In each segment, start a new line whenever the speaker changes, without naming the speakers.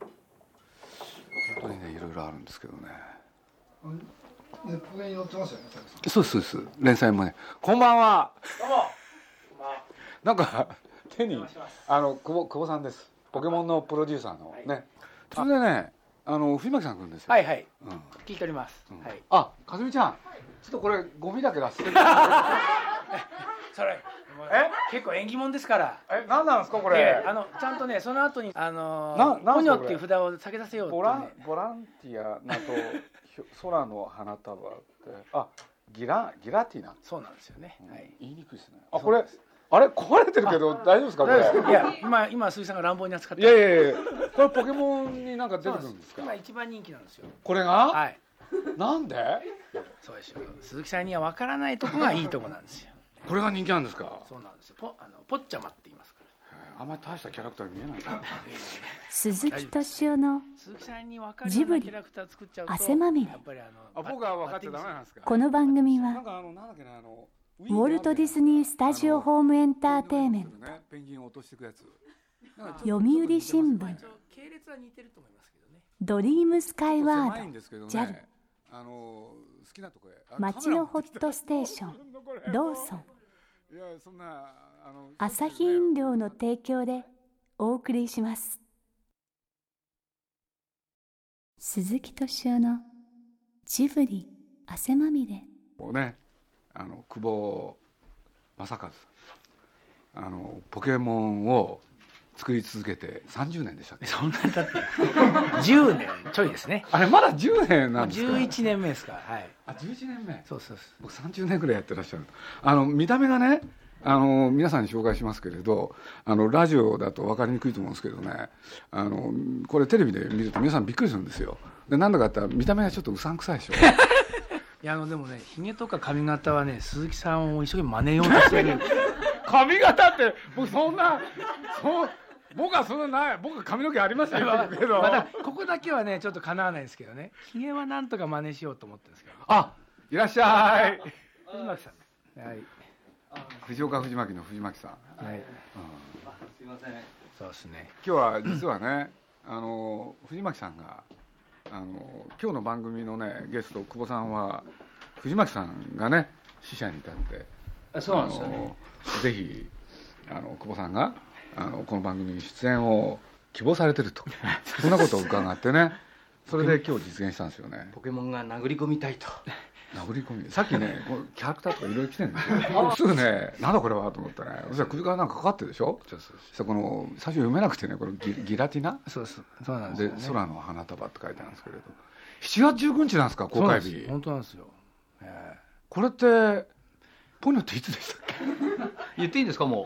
本当にねいろいろあるんですけどね
ネット上に載ってますよね、たくさん。
そうですそうです連載もねこんばんは
どうも。まあ、
なん か手に
邪魔します
あの久保久保さんですポケモンのプロデューサーの
はい
ねそれでねあの藤巻さん来るんですよ
はいはい。
うん
聞いております。
うん
はい。
あかすみちゃんちょっとこれゴミだけ出して
それ。え、結構縁起物ですから。
え何なんですかこ
いやあのちゃんとねその後にあの
ななんすか
ポニョっ
こ
て
れ
いう札を下げさせようってい
ボ
う
ラ
ね
ン。ボランティアなど空の花束ってあギラギラティナ、
そうなんですよね。はい。
言いにくいですねあこれあれ壊れてるけど大丈夫ですかこれ
大丈夫ですいや今今鈴木さんが乱暴に扱っ
い
て
やいやいやこれポケモンになんか出て
そう
く
な
る
ん
ん
で
ですすか
今一番人気なんですよ。
これが、
はい。
なんで
そうでしょう。鈴木さんにはわからないとこがいいとこなんですよ。
これが人気なんですか
そうなんですよ。ポあのポッチャマって言いますから。
あんまり大したキャラクターに見えないな
鈴木敏夫の
鈴木さんにわかる
ジ
よう
ブ
な
リ
キャラクター作っちゃうと
汗まみれ
やっぱりあの
あ僕は分かってダメなんですか
この番組
な
は
んかあのなんだっけなあのウ
ウォルト・ディズニー・スタジオ・
ーム
ホームエンターテイメント
ペンギンを落としていくやつ
読売新聞
一応系列は似てると思いますけどね。
ドリームスカイワ
狭い
ー
んですけど
ジャル
ねあの好きなとこへあ
ド街のホットステーションローソン
ンいやそんなあの
アサヒ飲料の提供でお送りします鈴木敏夫のジブリ汗まみれ
をねあの久保正和あのポケモンを作り続けて30年でしたっけ
そんなに経って10年ちょいですね。
あれまだ10年なんですか
11年目ですから。はい。
あ11年目
そうそうそ
僕30年ぐらいやってらっしゃるあの見た目がねあの皆さんに紹介しますけれどあのラジオだと分かりにくいと思うんですけどねあのこれテレビで見ると皆さんびっくりするんですよでなんだかって言ったら見た目がちょっとうさんくさいでしょ
う。いやあのでもね、ひげとか髪型はね、鈴木さんを一生懸命真似ようとして る。
髪型って僕そんなそ僕はそんなない僕は髪の毛ありました
まだここだけはね、ちょっと叶わないんですけどね。ひげはなんとか真似しようと思ってるんですけど。
あいらっしゃい
藤巻さん。はい。
藤岡藤巻の藤巻さん
はい。
すいません。
そうですね。
今日は実はねあの藤巻さんがあの今日の番組のねゲスト久保さんは藤巻さんがね死者に至って
あ、そうなんですよね。
あのぜひあの久保さんがあのこの番組に出演を希望されてるとそんなことを伺ってねそれで今日実現したんですよね
ポケモンが殴り込みたいと。
殴り込みさっきねこうキャラクターとかいろいろ来てるんですよ僕すぐねなんだこれはと思ってねそしたら首からなんかかかってるでしょ
そうそう
そしたらこの最初読めなくてねこれギギラティナ
そう。そうそう。そうなんです
で
よ、ね。
「空の花束」って書いてあるんですけれど7月19日なんですか公開
そうなんで
日
す本当なんですよ。え
これってポニョっていつでしたっ
言っていいんですか、も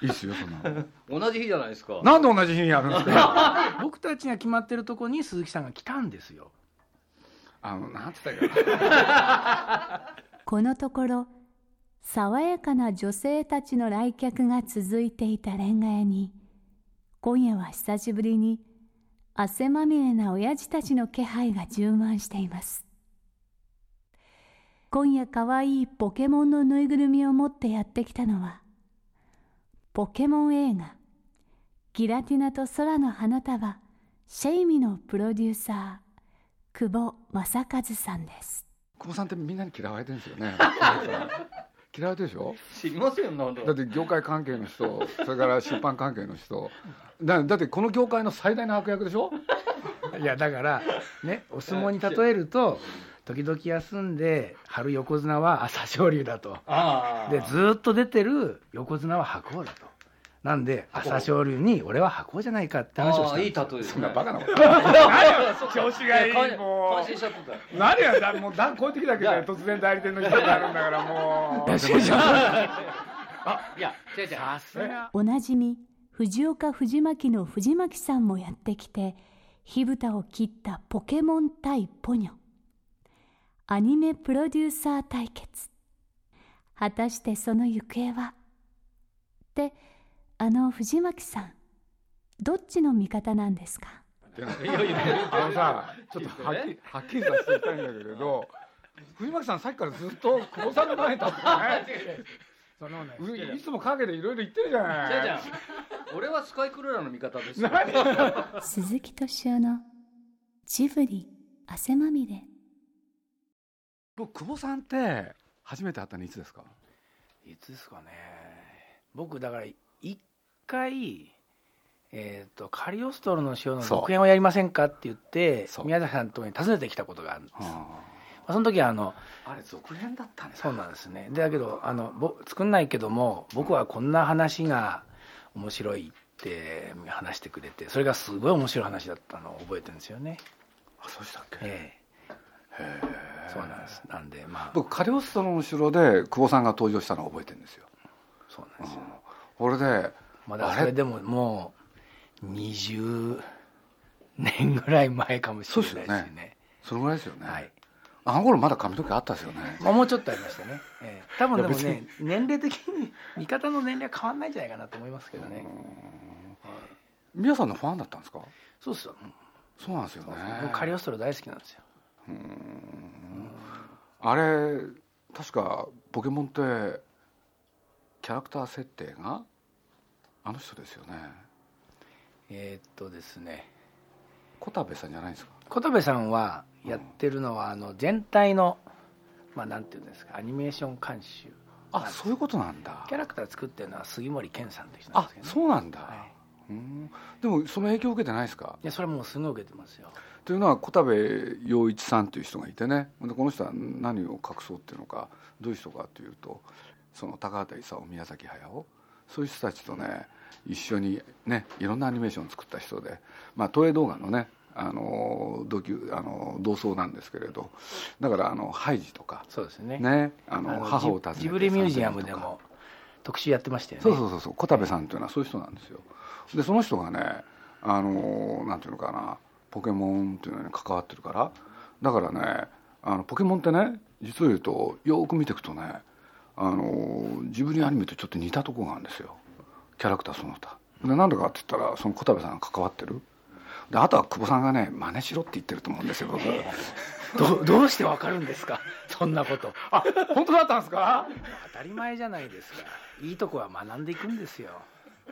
け いいっすよそんなの
う。同じ日じゃないですか。
なんで同じ日にやるんですか
ー僕たちが決まってるとこに鈴木さんが来たんですよ。
あのなんつったっけな
このところ爽やかな女性たちの来客が続いていたレンガ屋に今夜は久しぶりに汗まみれな親父たちの気配が充満しています今夜かわいいポケモンのぬいぐるみを持ってやってきたのはポケモン映画「ギラティナと空の花束」シェイミのプロデューサー久保正和さんです
久保さんってみんなに嫌われてるんですよね嫌われてるでしょ
知りませんよ、なんだ
だって業界関係の人 それから出版関係の人だだってこの業界の最大の悪役でし ょ
いやだから ねお相撲に例えると時々休んで春横綱は朝青龍だと
ああ。
でずーっと出てる横綱は白鵬だとなんで朝青龍に俺は箱じゃないかって話をし
あ
た
あ
ん
ーい
で
い
す
例えです
そんな
ね
バカなこと
調
子がいいもう
感心しちゃってた
何やだもうだこういう時だけで突然代理店の人になるんだからもう
あいや違う違うさすが
おなじみ藤岡藤巻の藤巻さんもやってきて火蓋を切ったポケモン対ポニョアニメプロデューサー対決果たしてその行方はってあの藤巻さんどっちの味方なんですか
あのさちょっとはっきりはっきりさせていたいんだけれど藤巻さんさっきからずっと久保さんの前に立ってね
そのね
ういつも陰でいろいろ言ってるじゃ
違う違
な
う
い
俺はスカイクルーラーの味方ですよ
何
鈴木敏夫のジブリ汗まみれ
僕久保さんって初めて会ったのいつですか
いつですかね僕だから一回えっ、とカリオストロの塩の
そう
続編をやりませんかって言って
そう
宮崎さんのとこに訪ねてきたことがあるんです、ま
あ
あ、その時はあの
あれ続編だったんです
そうなんですねでだけどあのぼ作んないけども僕はこんな話が面白いって話してくれてそれがすごい面白い話だったのを覚えてるんですよね
そうでしたっ
ええそうなんですなんでまあ
僕カリオストロの後ろで久保さんが登場したのを覚えてるんですよ
そうなんですよ
これで
まだ
あれ
それでももう20年ぐらい前かもしれないです
そう
ね
ですよそのぐらいですよね、
はい
あの頃まだ髪の毛あったですよね
まあ、もうちょっとありましたね、ええ、多分でも
いや別
ね年齢的に味方の年齢は変わんないんじゃないかなと思いますけどね、
皆さんのファンだったんですか
そうっすよ、
そうなんですよね
僕カリオストロ大好きなんですよ
あれ確かポケモンってキャラクター設定があの人ですよね
えーっとですね
小田部さんじゃないんですか
小田部さんはやってるのはあの全体のまあなんていうんですかアニメーション監修
あそういうことなんだ
キャラクター作ってるのは杉森健さんって人なん
あ
ですけど、ね、
そうなんだ、
はいう
ーんでもその影響を受けてないですか
いやそれはもうすごい受けてますよ
というのは小田部陽一さんという人がいてねでこの人は何を隠そうっていうのかどういう人かというとその高畑勲宮崎駿そういう人たちとね一緒にねいろんなアニメーションを作った人で、まあ、東映動画のねあの同級あの同窓なんですけれどだからあのハイジとか、
そうですね
ね、あの
あの
母を訪ねて
ジジブリミュージアムでも特集やってましたよね
そうそうそうそう小田部さんというのはそういう人なんですよでその人がねあのなんていうのかなポケモンというのに関わってるからだからねあのポケモンってね実を言うとよーく見ていくとねあのジブリアニメとちょっと似たとこがあるんですよキャラクターその他でなんでかって言ったらその小田部さんが関わってるであとは久保さんがね真似しろって言ってると思うんですよ僕
ど どうしてわかるんですかそんなこと
あ 本当だったんですか
当たり前じゃないですかいいとこは学んでいくんですよ、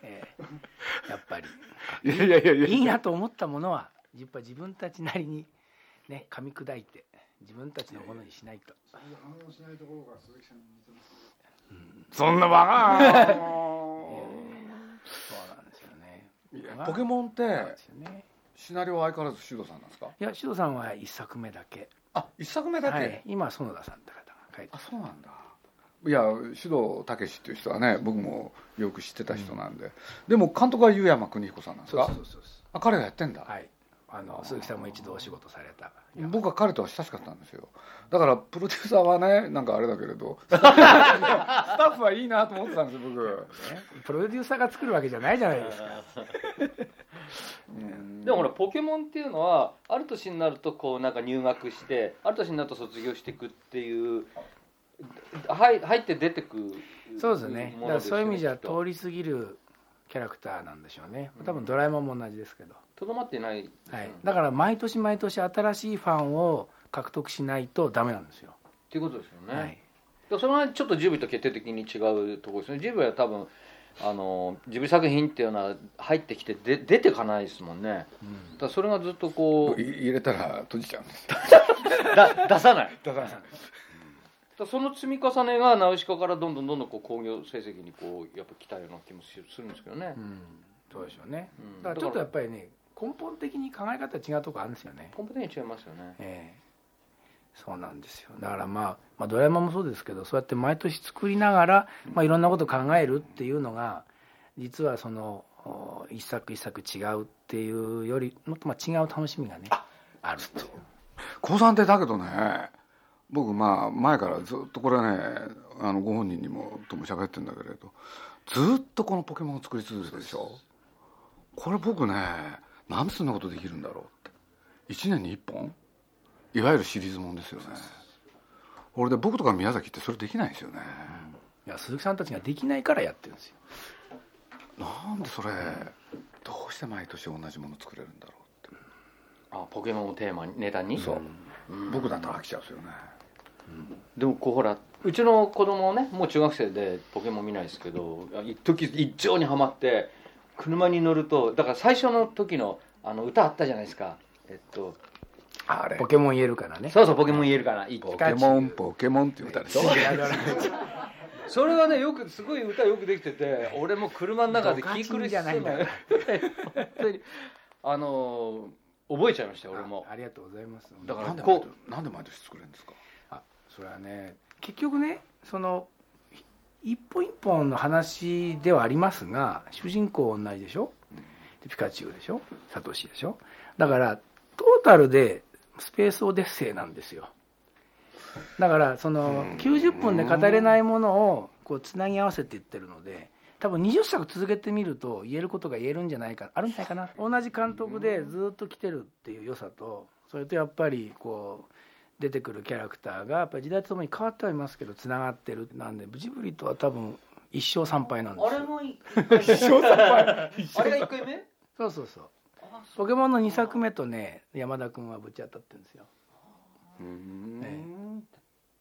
ええやっぱり
いやいやいやいや
いいなと思ったものはやっぱ自分たちなりにね噛み砕いて自分たちのものにしないと
それで反応しないところが鈴木さんに似てます。
そんなバカな
そうなんですよね
いやポケモンっ
そう
て
ですよね
シナリオは相変わらず修道さんなんですか
いや獅童さんは一作目だけ
あ一作目だけ、
はい、今は園田さんって方が書いて
あそうなんだいや須藤武っていう人はね僕もよく知ってた人なんで、でも監督は湯山邦彦さんなんです
そう
か
そうそうそ
あ彼がやってんだ、
うはいあの鈴木さんも一度お仕事された
僕は彼とは親しかったんですよだからプロデューサーはねなんかあれだけれ どスタッフはいいなと思ってたんですよ僕
ねプロデューサーが作るわけじゃないじゃないですか
でもほらポケモンっていうのはある年になるとこうなんか入学してある年になると卒業していくっていうはい入って出てく
そうですねだか
もの
ら
です
そう
よ
いう意味じゃ
きっ
通
と
り過ぎるキャラクターなんでしょうね多分ドラえもんも同じですけど、
とどまってないですよ
は
ね
い、だから毎年毎年新しいファンを獲得しないとダメなんですよ、
っていうことですよね、
はい、
でそれはちょっとジブリと決定的に違うところですねジブリは多分あのジブリ作品っていうのは入ってきてで出てかないですもんねだからそれがずっとこ
い入れたら閉じちゃうんです
うだ 出さない
だから
だからその積み重ねがナウシカからどんどんどんどんこう興行成績にこうやっぱ来たような気もするんですけどね
う、ん、そうでしょうね
うん
だからちょっとやっぱりね根本的に考え方違うとこあるんですよね、
根本的に違いますよね
ええそうなんですよだから、まあ、まあドラえもんもそうですけどそうやって毎年作りながら、まあ、いろんなこと考えるっていうのが実はそのお一作一作違うっていうよりもっとまあ違う楽しみがねあると
高三ってだけどね僕まあ前からずっとこれねあのご本人にもとも喋ってるんだけれどずっとこのポケモンを作り続けてるでしょこれ僕ねなんでそんなことできるんだろうって1年に1本いわゆるシリーズもんですよね俺で僕とか宮崎ってそれできないんですよね、
いや鈴木さんたちができないからやってるんですよ
なんでそれどうして毎年同じもの作れるんだろうって、
あポケモンをテーマにネタに
そう
うん
僕だったら飽きちゃうんですよね
でもこうほらうちの子供ねもう中学生でポケモン見ないですけどあ一時一丁にはまって車に乗るとだから最初の時のあの歌あったじゃないですかえっと
あれ
ポケモン言えるからね
そうそうポケモン言えるかな一
ポ
丁
ケモンポケモンっていう歌でしょ
それはねよくすごい歌よくできてて俺も車の 中で聞き苦し
ドカチン
そうな
じゃないんだ
本当にあの覚えちゃいましたよ俺も
あありがとうございます
だから
なんで
こ
なんで毎年作れるんですか
あそれはね結局ねそのひ一本一本の話ではありますが主人公は同じでしょでピカチュウでしょサトシでしょだからトータルでスペースオデッセイなんですよだからその90分で語れないものをこうつなぎ合わせていってるので多分20作続けてみると言えることが言えるんじゃないかあるんじゃないかな同じ監督でずっと来てるっていう良さとそれとやっぱりこう出てくるキャラクターがやっぱり時代とともに変わってはいますけどつながってるなんでジブリとは多分一生参拝なんですよ
も 一
あれが
1回目
そうそうそうポケモンの2作目とね山田君はぶち当たってるんですよ
うん
え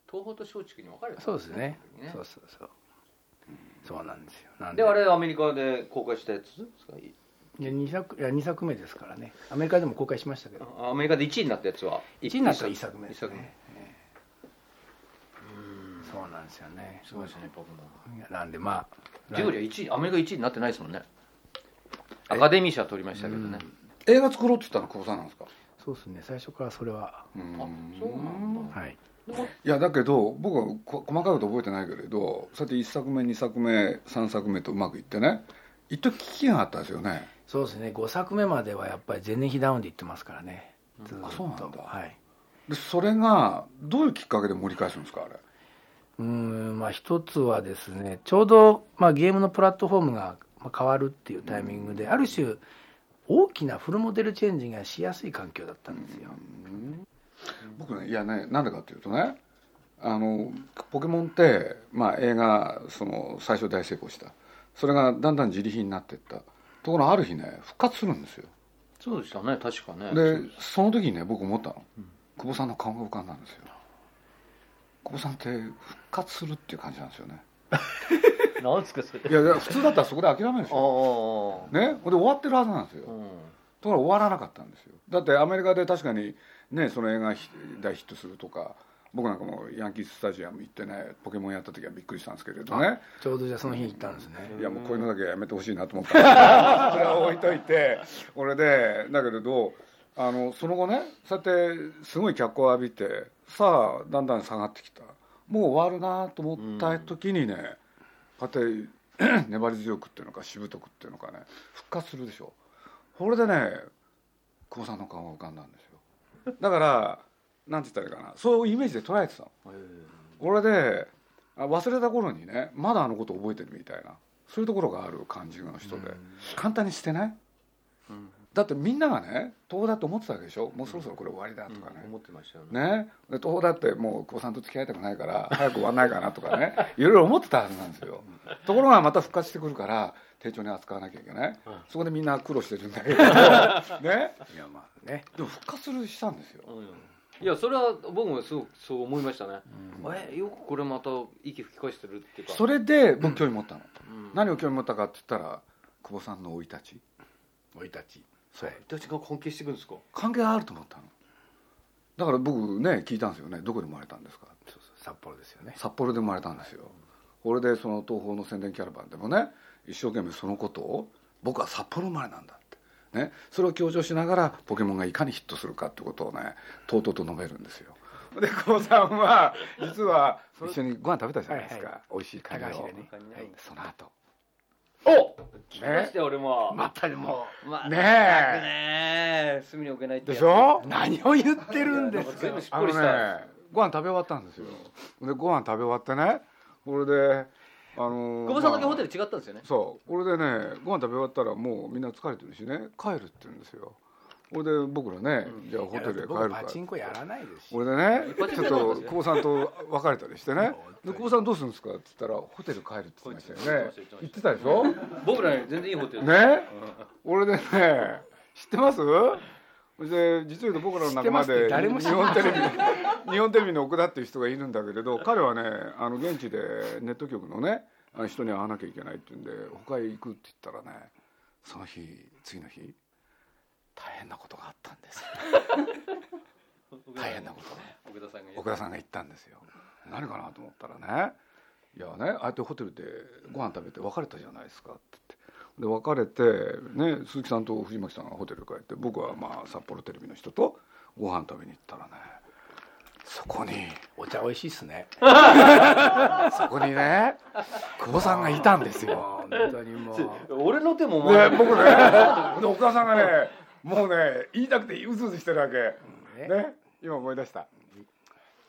東宝と松竹に分かれてた
そ
ん
うですね
ね
そうそうそうそうなんですよなん
であれアメリカで公開したやつですか
いや 2, 作いや2作目ですからねアメリカでも公開しましたけど
あアメリカで1位になったやつは
1位になった1作目で
一
す
作目
ね
うん
そうなんですよね
すごいですねポケモ
いやなんでまあ
ンジブリは1位アメリカ1位になってないですもんねアカデミー賞は取りましたけどね
映画作ろうって言ったの高三なんですか
そうですね最初からそれは
あそうなんだ
はい
いやだけど僕はこ細かいこと覚えてないけれどそうやって1作目2作目3作目とうまくいってね一時危機があったんですよね
そうですね5作目まではやっぱり全年比ダウンでいってますからねずっと
あそうなんだ
はい
でそれがどういうきっかけで盛り返すんですかあれ
うーんまあ一つはですねちょうど、まあ、ゲームのプラットフォームがまあ変わるっていうタイミングで、ある種大きなフルモデルチェンジがしやすい環境だったんですよ、
僕ねいやねなんでかっていうとねあのポケモンって、まあ、映画その最初大成功したそれがだんだん自利品になっていったところがある日ね復活するんですよ
そうでしたね確かね
でその時にね僕思ったの久保さんの顔が浮かんだんですよ久保さんって復活するっていう感じなんですよね
なんですかそれ
いやいや普通だったらそこで諦めるでし
あ
ょ
あ
ねで終わってるはずなんですよ
うん
ところが終わらなかったんですよだってアメリカで確かにねその映画ヒ大ヒットするとか僕なんかもヤンキースタジアム行ってねポケモンやった時はびっくりしたんですけれどね
ちょうどじゃあその日に行ったんですね、
いやもうこういうのだけはやめてほしいなと思ったそれは 置いといて俺でだけれどあのその後ねそうやってすごい脚光を浴びてさあだんだん下がってきたもう終わるなと思った時にね、こうやって 粘り強くっていうのかしぶとくっていうのかね復活するでしょこれでね久保さんの顔が浮かんだんですよだからなんて言ったらいいかなそういうイメージで捉えてたの俺であ忘れた頃にねまだあのこと覚えてるみたいなそういうところがある感じの人で、簡単に捨てない、
ん
だってみんながね東宝だと思ってたわけでしょもうそろそろこれ終わりだとかね、
思ってましたよね
ね、で東宝だってもう久保さんと付き合いたくないから早く終わんないかなとかね いろいろ思ってたはずなんですよところがまた復活してくるから丁重に扱わなきゃいけないそこでみんな苦労してるんだけど、ね、
いやまあね
でも復活するしたんですよ
うんいやそれは僕もすごくそう思いましたね、えよくこれまた息吹き返してるっていうか
それで僕興味持ったの、
うん
何を興味持ったかって言ったら久保さんの生い立ち
生い立ちそう
どっちが関係してくるんですか
関係あると思ったのだから僕ね聞いたんですよねどこで生まれたんですか
そうそう札幌ですよね
札幌で生まれたんですよ俺でその東宝の宣伝キャラバンでもね一生懸命そのことを僕は札幌生まれなんだって、ね、それを強調しながらポケモンがいかにヒットするかってことをねとうとうと述べるんですよで久保さんは 実は一緒にご飯食べたじゃないですか、
はい
美味しいカレーを、
高橋でね
はい
その後
お聞きましたよ、俺も。
またでも
ま
ねえ
全くねえ隅に置けないっ
で
てやつ
しょ
何を言ってるんです
全
か
部しっ
あ
ぽ
の
りした
ねご飯食べ終わったんですよでご飯食べ終わってねこれであのー
久保さんだけ
まあ
ホテル違ったんですよね
そうこれでねご飯食べ終わったらもうみんな疲れてるしね帰るって言うんですよこれで僕らね、じゃあホテルへ帰る
僕は
か
パチンコやらないですし
俺でね
こっち
ちょっと久保さんと別れたりしてねで久保さんどうするんですかって言ったらホテル帰るって言ってましたよね言ってたでしょ
僕らより全然いいホテル
ね俺でね知ってますで実を言うと僕らの
知っ
仲
てま
間
すって
で
誰も知
日
らない
本テレビ日本テレビの奥田っていう人がいるんだけれど彼はねあの現地でネット局のねあの人に会わなきゃいけないって言うんで他へ行くって言ったらねその日次の日大変なことがあったんです大変なことが
奥田さんが言う
奥田さんが行ったんですよ何かなと思ったらねいやねああやってホテルでご飯食べて別れたじゃないですかって言ってで別れて、ね、鈴木さんと藤巻さんがホテル帰って僕はまあ札幌テレビの人とご飯食べに行ったらねそこに
お茶美味しいっす ね
そこにね久保さんがいたんですよ。
もう本当に もう
俺の手もお
ね
前、
僕ねで奥田さんがねもうね言いたくてうずうずしてるわけ。ね今思い出した。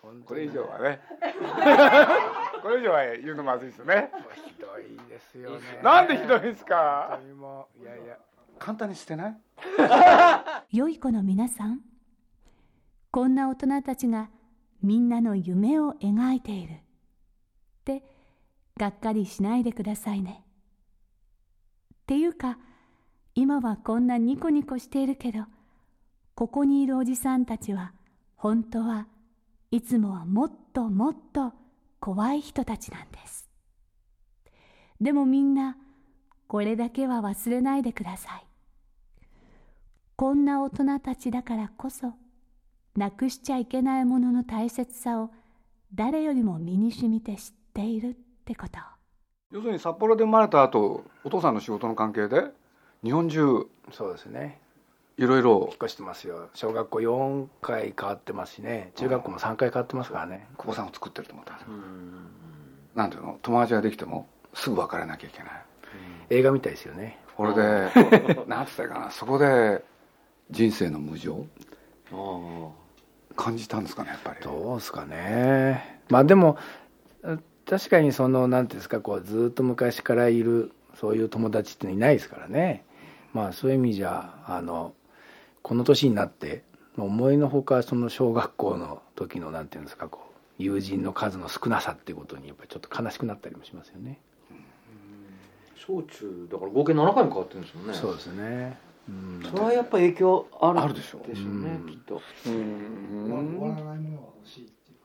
本当
こ
に
れ以上は ねこれ以上は言うのまずいですよね。
ひどいですよね
なんでひどいんです
本
か
当。にもういやいや
簡単に捨てない。
良い子の皆さんこんな大人たちがみんなの夢を描いているってがっかりしないでくださいねっていうか今はこんなニコニコしているけどここにいるおじさんたちは本当はいつもはもっともっと怖い人たちなんですでもみんなこれだけは忘れないでくださいこんな大人たちだからこそ、なくしちゃいけないものの大切さを誰よりも身に染みて知っているってこと。
要するに札幌で生まれた後、お父さんの仕事の関係で日本中
そうですね
いろいろ
引っ越してますよ小学校4回変わってますしね中学校も3回変わってますからね
久保さんを作ってると思ったんです。なんていうの、友達ができてもすぐ別れなきゃいけない。
映画みたいですよね
これで なんつったらいいかな、そこで人生の無常
うん
感じたんですかねやっぱり。
どうですかねまあでもう確かにそのなんていうんですかこうずっと昔からいるそういう友達っていうのいないですからねまあそういう意味じゃあのこの年になってまあ思いのほかその小学校の時のなんていうんですかこう友人の数の少なさっていうことにやっぱりちょっと悲しくなったりもしますよね。
小中だから合計7回も変わってるんですもんね
そうですね。うん
それはやっぱ影響ある
あるでしょう
でしょうね
うん
きっと
うん
終わらないものは欲しいっていう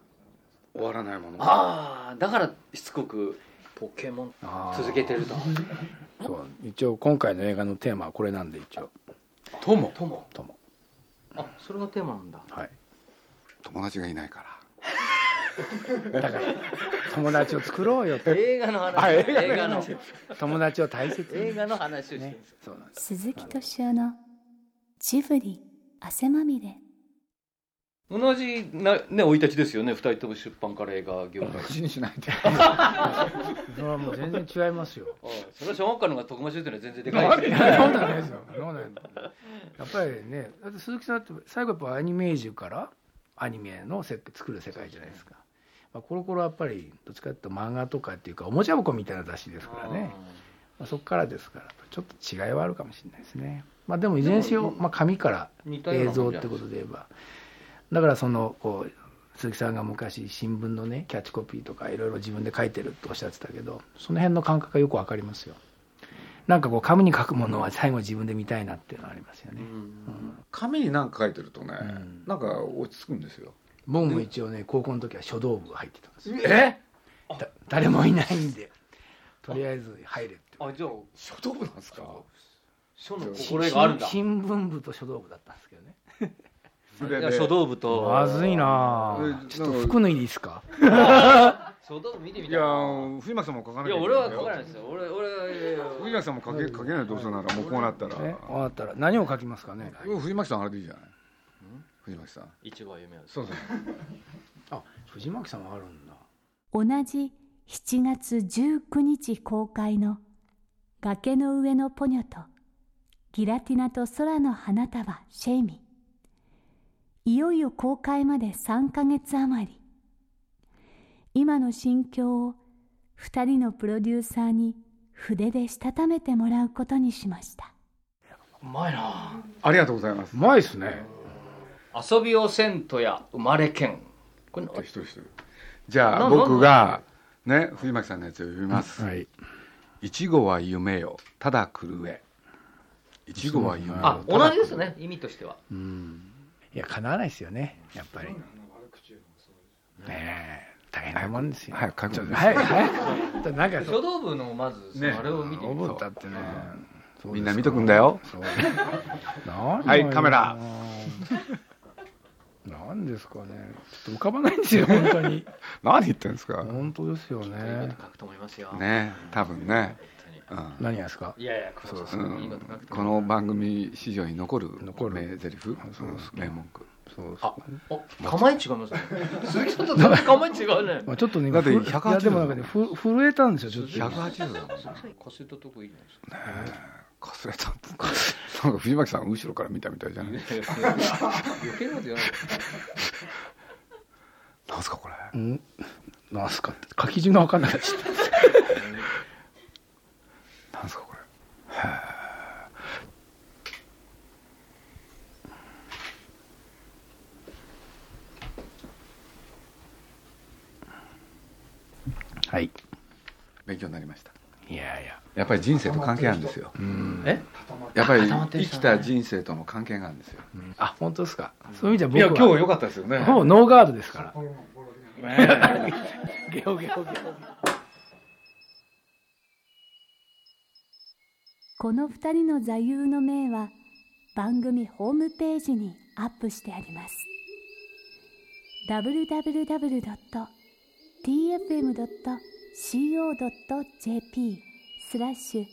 終わらないもの。
ああだからしつこくポケモン
あー
続けてると
そう一応今回の映画のテーマはこれなんで一応
友
友
とも
あそれがテーマなんだ
はい
友達がいないから。
友達を作ろうよと
映画の話
あ
映
映
画の
友達を大切に
映画の話をしてるん
ね
ですよ
そうなんです
鈴木敏夫のジブリ汗まみれ。
同じなね生い立ちですよね二人とも出版から映画業界
口にしないで。
それはもう全然違い ますよ
ああそれは小学校の方が徳間修というのは全然で
そんな
か
こ
いで
と
す
ないですよそんなことないやっぱりねだって鈴木さんって最後やっぱアニメージュからアニメのせ作る世界じゃないですか、まあ、コロコロはやっぱりどっちかというと漫画とかっていうかおもちゃ箱みたいな雑誌ですからねまあ、そこからですからちょっと違いはあるかもしれないですね、まあ、でもいずれにせよ、まあ、紙から
似たよう
映
な
像
もん
っ
じゃ
て
ない
ことで言えばだからそのこう鈴木さんが昔新聞のねキャッチコピーとかいろいろ自分で書いてるっておっしゃってたけどその辺の感覚がよくわかりますよなんかこう紙に書くものは最後自分で見たいなっていうのはありますよね、
紙に何か書いてるとね、
ん
なんか落ち着くんですよ。
僕も一応ね高校の時は書道部が入ってたんですよ
え？
だ誰もいないんで とりあえず入れって
あじゃあ
書道部なんですか。
書の
新
心得があるんだ
新聞部と書道部だったんですけどね
いや書道部と
まずいな
え
ぁちょっと
なんか
服脱いでいいですか
書道部見てみ
い
たい
や
な
ー藤巻さんも書かないきゃ
や
いけ
俺は
んだ
書かないですよ俺俺はいやいや
藤巻さんも書け書けないどうせならもうこうなったら
え終わったら何を書きますかね
うん藤巻さんあれでいいじゃない藤巻さん
一番有名です
そうそう
あ藤巻さんはあるんだ
同じ7月19日公開の崖の上のポニョとギラティナと空の花束シェイミいよいよ公開まで3ヶ月余り今の心境を2人のプロデューサーに筆でしたためてもらうことにしました
うまいな
ありがとうございます
うまいですね
遊びをせんとや生まれけんこれ
一人一人じゃあ
なな
僕がね藤巻さんのやつを読みます
はい
「いちごは夢よただ狂え」「いちごは夢
あ
よ
同じですね意味としては
うんいや叶わないですよねやっぱりねえ大変なもんですよ
早く書
ち
く
ょっ
ん
と
で
早く早くちょっとなんかそ
書
う
道部のまずそ
ね
のあれを見てみ
思ったってねそうですか
みんな見とくんだよ
そうなん
はいカメラ
なんですかねちょっと浮かばないんですよ本当に
何言ってんですか
本当ですよ
いい
ね
こと書くと思いますよ
ね多分ね
本当に
うん
何がですか
いやいやこそう
う
そういいこと書
ん
くと
こ
思いま
の番組史上に残る
残る
名台詞
そうです
名文句
そうです
すあお構え違いますね 鈴木さんと構え違うね
まあちょっとね
だって
ふ
180
いやでもなんかねふ震えたんですよちょっと今
180度だもんね
こすったとこいいじゃ
かすれたってなんか藤巻さん後ろから見たみたいじゃない
な
ないん
ですか余計なこと言わない
すかこれ
うんなんすかって書き順が分かんなくなっちゃった
なんすかこれ
はい
勉強になりました
いやいや
やっぱり人生と関係あるんですよ
え
やっぱり
固まって
生
る人
き
はね
た人生との関係があるんですよ
あ本当ですかそういう意味
い
じ
や今
ゃ僕
日
は
良かったですよね
ほぼノーガードですから
ボロボロ
ゲホゲホゲホ
この2人の座右の銘は番組ホームページにアップしてあります www.tfm.co.jp スラッシュ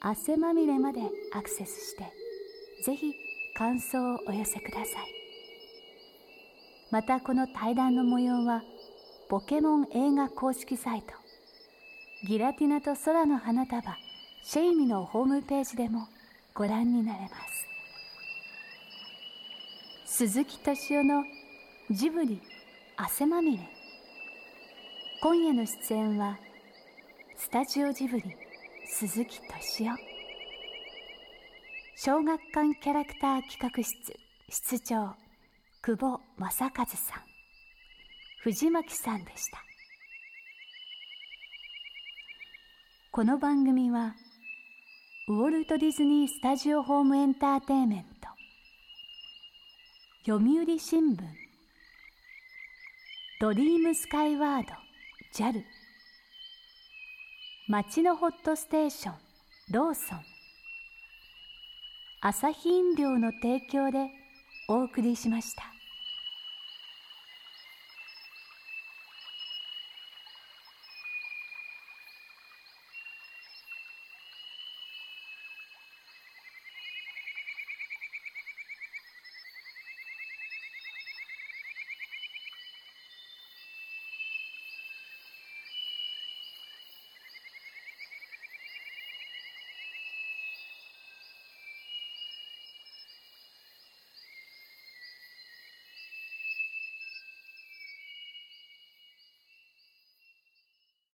汗まみれまでアクセスしてぜひ感想をお寄せくださいまたこの対談の模様はポケモン映画公式サイトギラティナと空の花束シェイミのホームページでもご覧になれます鈴木敏夫のジブリ汗まみれ今夜の出演はスタジオジブリ鈴木敏夫小学館キャラクター企画室室長久保正和さん藤巻さんでしたこの番組はウォルト・ディズニー・スタジオ・ホーム・エンターテインメント読売新聞ドリームスカイワード JAL 町のホットステーションローソン朝日飲料の提供でお送りしました。